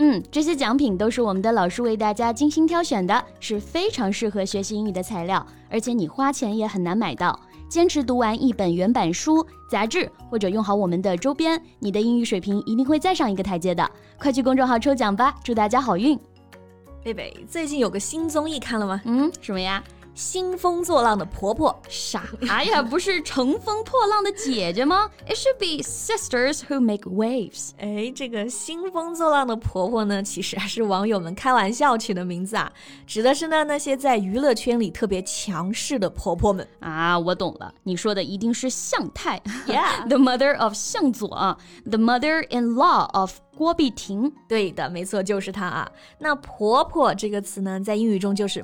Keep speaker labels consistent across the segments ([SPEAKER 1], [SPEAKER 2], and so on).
[SPEAKER 1] 嗯，这些奖品都是我们的老师为大家精心挑选的，是非常适合学习英语的材料，而且你花钱也很难买到。坚持读完一本原版书、杂志，或者用好我们的周边，你的英语水平一定会再上一个台阶的。快去公众号抽奖吧，祝大家好运。
[SPEAKER 2] 贝贝，最近有个新综艺看了吗？
[SPEAKER 1] 嗯，什么呀？
[SPEAKER 2] 兴风作浪的婆婆，傻。
[SPEAKER 1] 哎呀，不是乘风破浪的姐姐吗？It should be sisters who make waves。
[SPEAKER 2] 哎，这个兴风作浪的婆婆呢，其实还是网友们开玩笑取的名字啊，指的是呢那些在娱乐圈里特别强势的婆婆们。
[SPEAKER 1] 啊，我懂了，你说的一定是向太
[SPEAKER 2] Yeah，
[SPEAKER 1] ，the mother of 向佐啊，the mother-in-law of 郭碧婷。
[SPEAKER 2] 对的，没错，就是她啊。那婆婆这个词呢，在英语中就是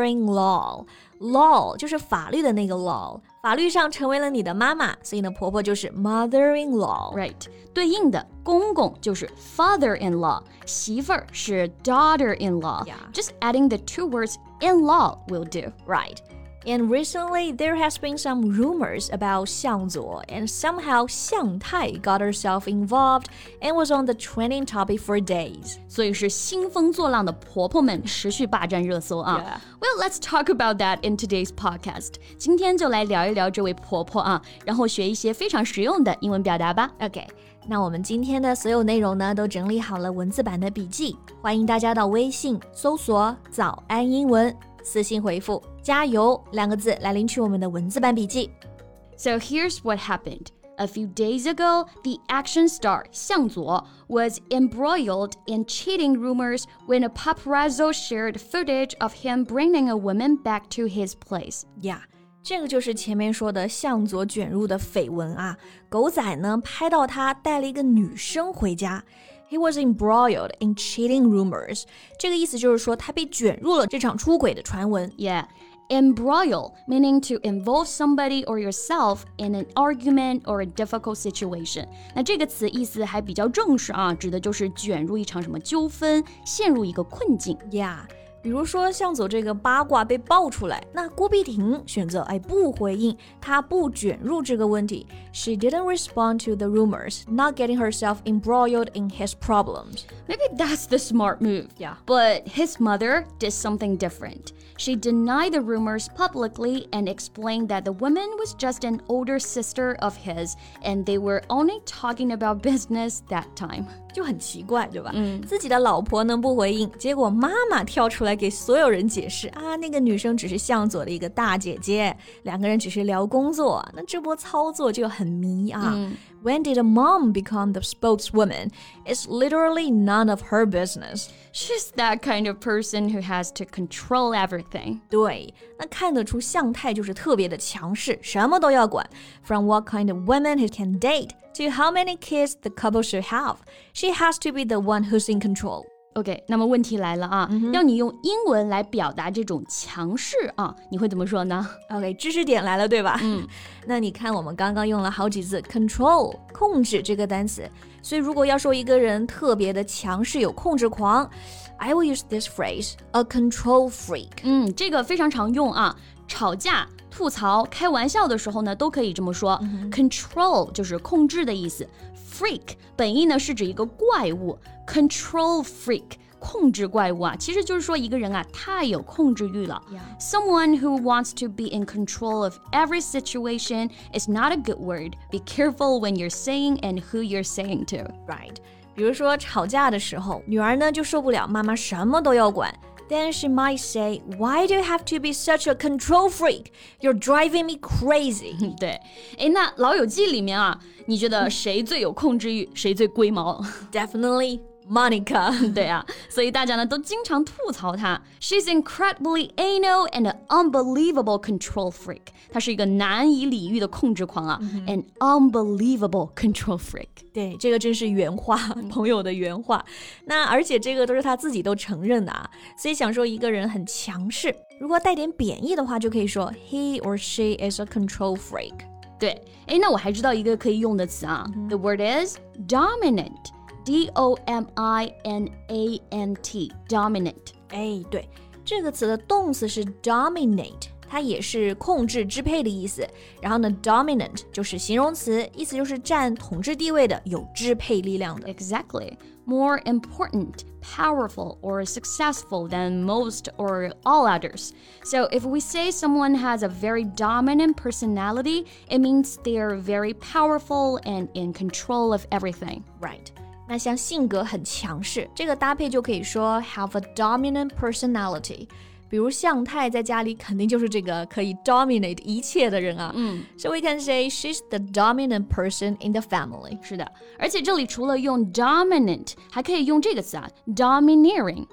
[SPEAKER 2] mother-in-law。law 就是法律的那个 law，法律上成为了你的妈妈，所以呢，婆婆就是 mother-in-law。
[SPEAKER 1] Right，对应的公公就是 father-in-law，媳妇儿是 daughter-in-law。
[SPEAKER 2] Yeah.
[SPEAKER 1] Just adding the two words in-law will do.
[SPEAKER 2] Right. And recently, there has been some rumors about Xiang Zuo, and somehow Xiang Tai got herself involved and was on the trending topic for days.
[SPEAKER 1] 所以是兴风作浪的婆婆们持续霸占热搜啊。Well, let's talk about that in today's podcast. 今天就来聊一聊这位婆婆啊，然后学一些非常实用的英文表达吧。
[SPEAKER 2] OK，那我们今天的所有内容呢，都整理好了文字版的笔记，欢迎大家到微信搜索“早安英文”，私信回复“加油”两个字来领取我们的文字版笔记。
[SPEAKER 1] So here's what happened. A few days ago, the action star Xiang Zuo was embroiled in cheating rumors when a paparazzo shared footage of him bringing a woman back to his place.
[SPEAKER 2] 呀这个就是前面说的向佐卷入的绯闻啊。狗仔呢拍到他带了一个女生回家。He was embroiled in cheating rumors。这个意思就是说他被卷入了这场出轨的传闻。
[SPEAKER 1] Yeah. Embroil, meaning to involve somebody or yourself in an argument or a difficult situation. 那这个词意思还比较正式啊，指的就是卷入一场什么纠纷，陷入一个困境。
[SPEAKER 2] 呀、比如说向佐这个八卦被爆出来，那郭碧婷选择哎不回应，她不卷入这个问题。She didn't respond to the rumors, not getting herself embroiled in his problems.
[SPEAKER 1] Maybe that's the smart move.
[SPEAKER 2] Yeah.
[SPEAKER 1] But his mother did something different. She denied the rumors publicly and explained that the woman was just an older sister of his and they were only talking about business that time.
[SPEAKER 2] 就很奇怪，对吧？嗯，自己的老婆呢不回应，结果妈妈跳出来给所有人解释啊，那个女生只是向佐的一个大姐姐，两个人只是聊工作。那这波操作就很迷啊。When did a mom become the spokeswoman? It's literally none of her business.
[SPEAKER 1] She's that kind of person who has to control everything.
[SPEAKER 2] 对，那看得出向太就是特别的强势，什么都要管。From what kind of women he can date to how many kids the couple should have, she has to be the one who's in control.
[SPEAKER 1] OK，那么问题来了啊，让你用英文来表达这种强势啊，你会怎么说呢？
[SPEAKER 2] OK，知识点来了，对吧？嗯， 那你看，我们刚刚用了好几次 control 控制这个单词，所以如果要说一个人特别的强势、有控制狂，I will use this phrase a control freak。
[SPEAKER 1] 嗯，这个非常常用啊，吵架、吐槽、开玩笑的时候呢，都可以这么说。Control 就是控制的意思，freak 本意呢是指一个怪物，control freak 控制怪物啊，其实就是说一个人啊太有控制欲了。
[SPEAKER 2] Yeah.
[SPEAKER 1] Someone who wants to be in control of every situation is not a good word. Be careful when you're saying and who you're saying to.
[SPEAKER 2] Right？比如说吵架的时候，女儿呢就受不了妈妈什么都要管。Then she might say, "Why do you have to be such a control freak? You're driving me crazy."
[SPEAKER 1] 对，哎，那《老友记》里面啊，你觉得谁最有控制欲，谁最龟毛？
[SPEAKER 2] Definitely Monica.
[SPEAKER 1] 对啊，所以大家呢都经常吐槽她。She's incredibly anal and an unbelievable control freak。她是一个难以理喻的控制狂啊、a n unbelievable control freak。
[SPEAKER 2] 对，这个真是原话，朋友的原话。那而且这个都是他自己都承认的啊，所以想说一个人很强势，如果带点贬义的话，就可以说 he or she is a control freak。
[SPEAKER 1] 对，哎，那我还知道一个可以用的词啊、t h e word is dominant。D O M I N A N T dominant。
[SPEAKER 2] 哎，对，这个词的动词是 dominate，它也是控制、支配的意思。然后呢，dominant 就是形容词，意思就是占统治地位的、有支配力量的。
[SPEAKER 1] Exactly. More important, powerful, or successful than most or all others. So, if we say someone has a very dominant personality, it means they are very powerful and in control of everything.
[SPEAKER 2] Right. 那像性格很强势，这个搭配就可以说 have a dominant personality。比如向太在家里肯定就是这个可以 dominate 一切的人啊。嗯，So we can say she's the dominant person in the family。
[SPEAKER 1] 是的，而且这里除了用 dominant，还可以用这个词啊，domineering。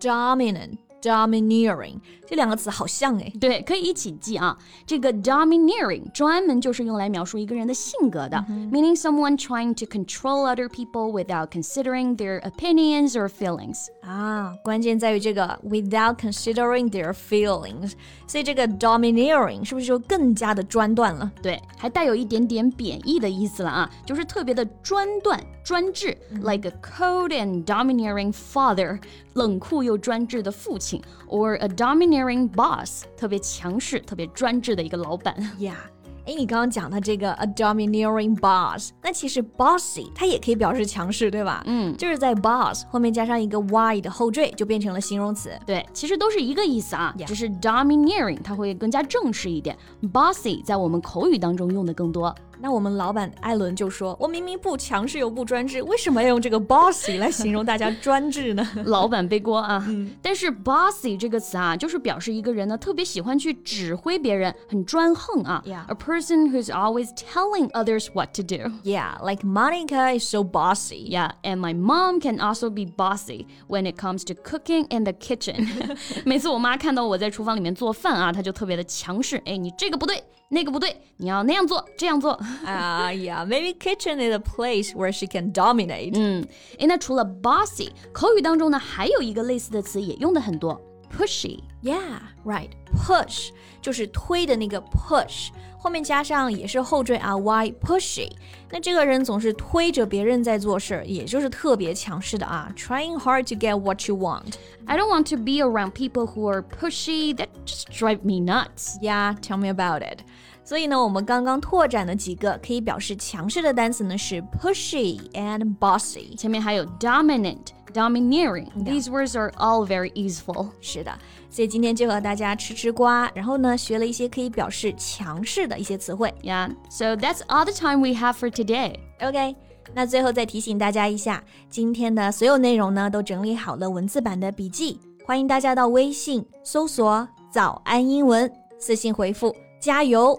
[SPEAKER 2] Dominant, domineering 这两个词好像哎。
[SPEAKER 1] 对，可以一起记啊。这个 domineering 专门就是用来描述一个人的性格的、m e a n i n g someone trying to control other people without considering their opinions or feelings。
[SPEAKER 2] 啊，关键在于这个 without considering their feelings，所以这个 domineering 是不是就更加的专断了？
[SPEAKER 1] 对，还带有一点点贬义的意思了啊，就是特别的专断、专制、l i k e a cold and domineering father，冷酷又专制的父亲，or a domineering boss，特别强势、特别专制的一个老板。
[SPEAKER 2] 呀，哎，你刚刚讲的这个 a domineering boss，那其实 bossy 它也可以表示强势，对吧？嗯，就是在 boss 后面加上一个 y 的后缀，就变成了形容词。
[SPEAKER 1] 对，其实都是一个意思啊
[SPEAKER 2] Yeah
[SPEAKER 1] 只是 domineering 它会更加正式一点，bossy 在我们口语当中用的更多。
[SPEAKER 2] 那我们老板艾伦就说：“我明明不强势又不专制，为什么要用这个 bossy 来形容大家专制呢？”
[SPEAKER 1] 老板背锅啊。
[SPEAKER 2] 嗯
[SPEAKER 1] 但是 bossy 这个词啊，就是表示一个人呢特别喜欢去指挥别人，很专横啊。
[SPEAKER 2] Yeah.
[SPEAKER 1] A person who's always telling others what to do.
[SPEAKER 2] Yeah, like Monica is so bossy.
[SPEAKER 1] Yeah, and my mom can also be bossy when it comes to cooking in the kitchen. 每次我妈看到我在厨房里面做饭啊，她就特别的强势，哎，你这个不对，那个不对，你要那样做，这样做。
[SPEAKER 2] Ah, yeah, maybe kitchen is a place where she can dominate.
[SPEAKER 1] 哎，那除了 bossy，口语当中呢还有一个类似的词也用的很多，pushy。
[SPEAKER 2] Yeah, right. Push 就是推的那个 push，后面加上也是后缀 ry pushy。那这个人总是推着别人在做事儿，也就是特别强势的啊，trying hard to get what you want。
[SPEAKER 1] I don't want to be around people who are pushy. That just drive me nuts.
[SPEAKER 2] Yeah, tell me about it. 所以呢，我们刚刚拓展的几个可以表示强势的单词呢是 pushy and bossy。
[SPEAKER 1] 前面还有 dominant, domineering. These words are all very useful.
[SPEAKER 2] 是的，所以今天就和大家吃吃瓜，然后呢学了一些可以表示强势的一些词汇。
[SPEAKER 1] Yeah. So that's all the time we have for today.
[SPEAKER 2] OK，那最后再提醒大家一下，今天的所有内容呢都整理好了文字版的笔记，欢迎大家到微信搜索“早安英文”，私信回复“加油”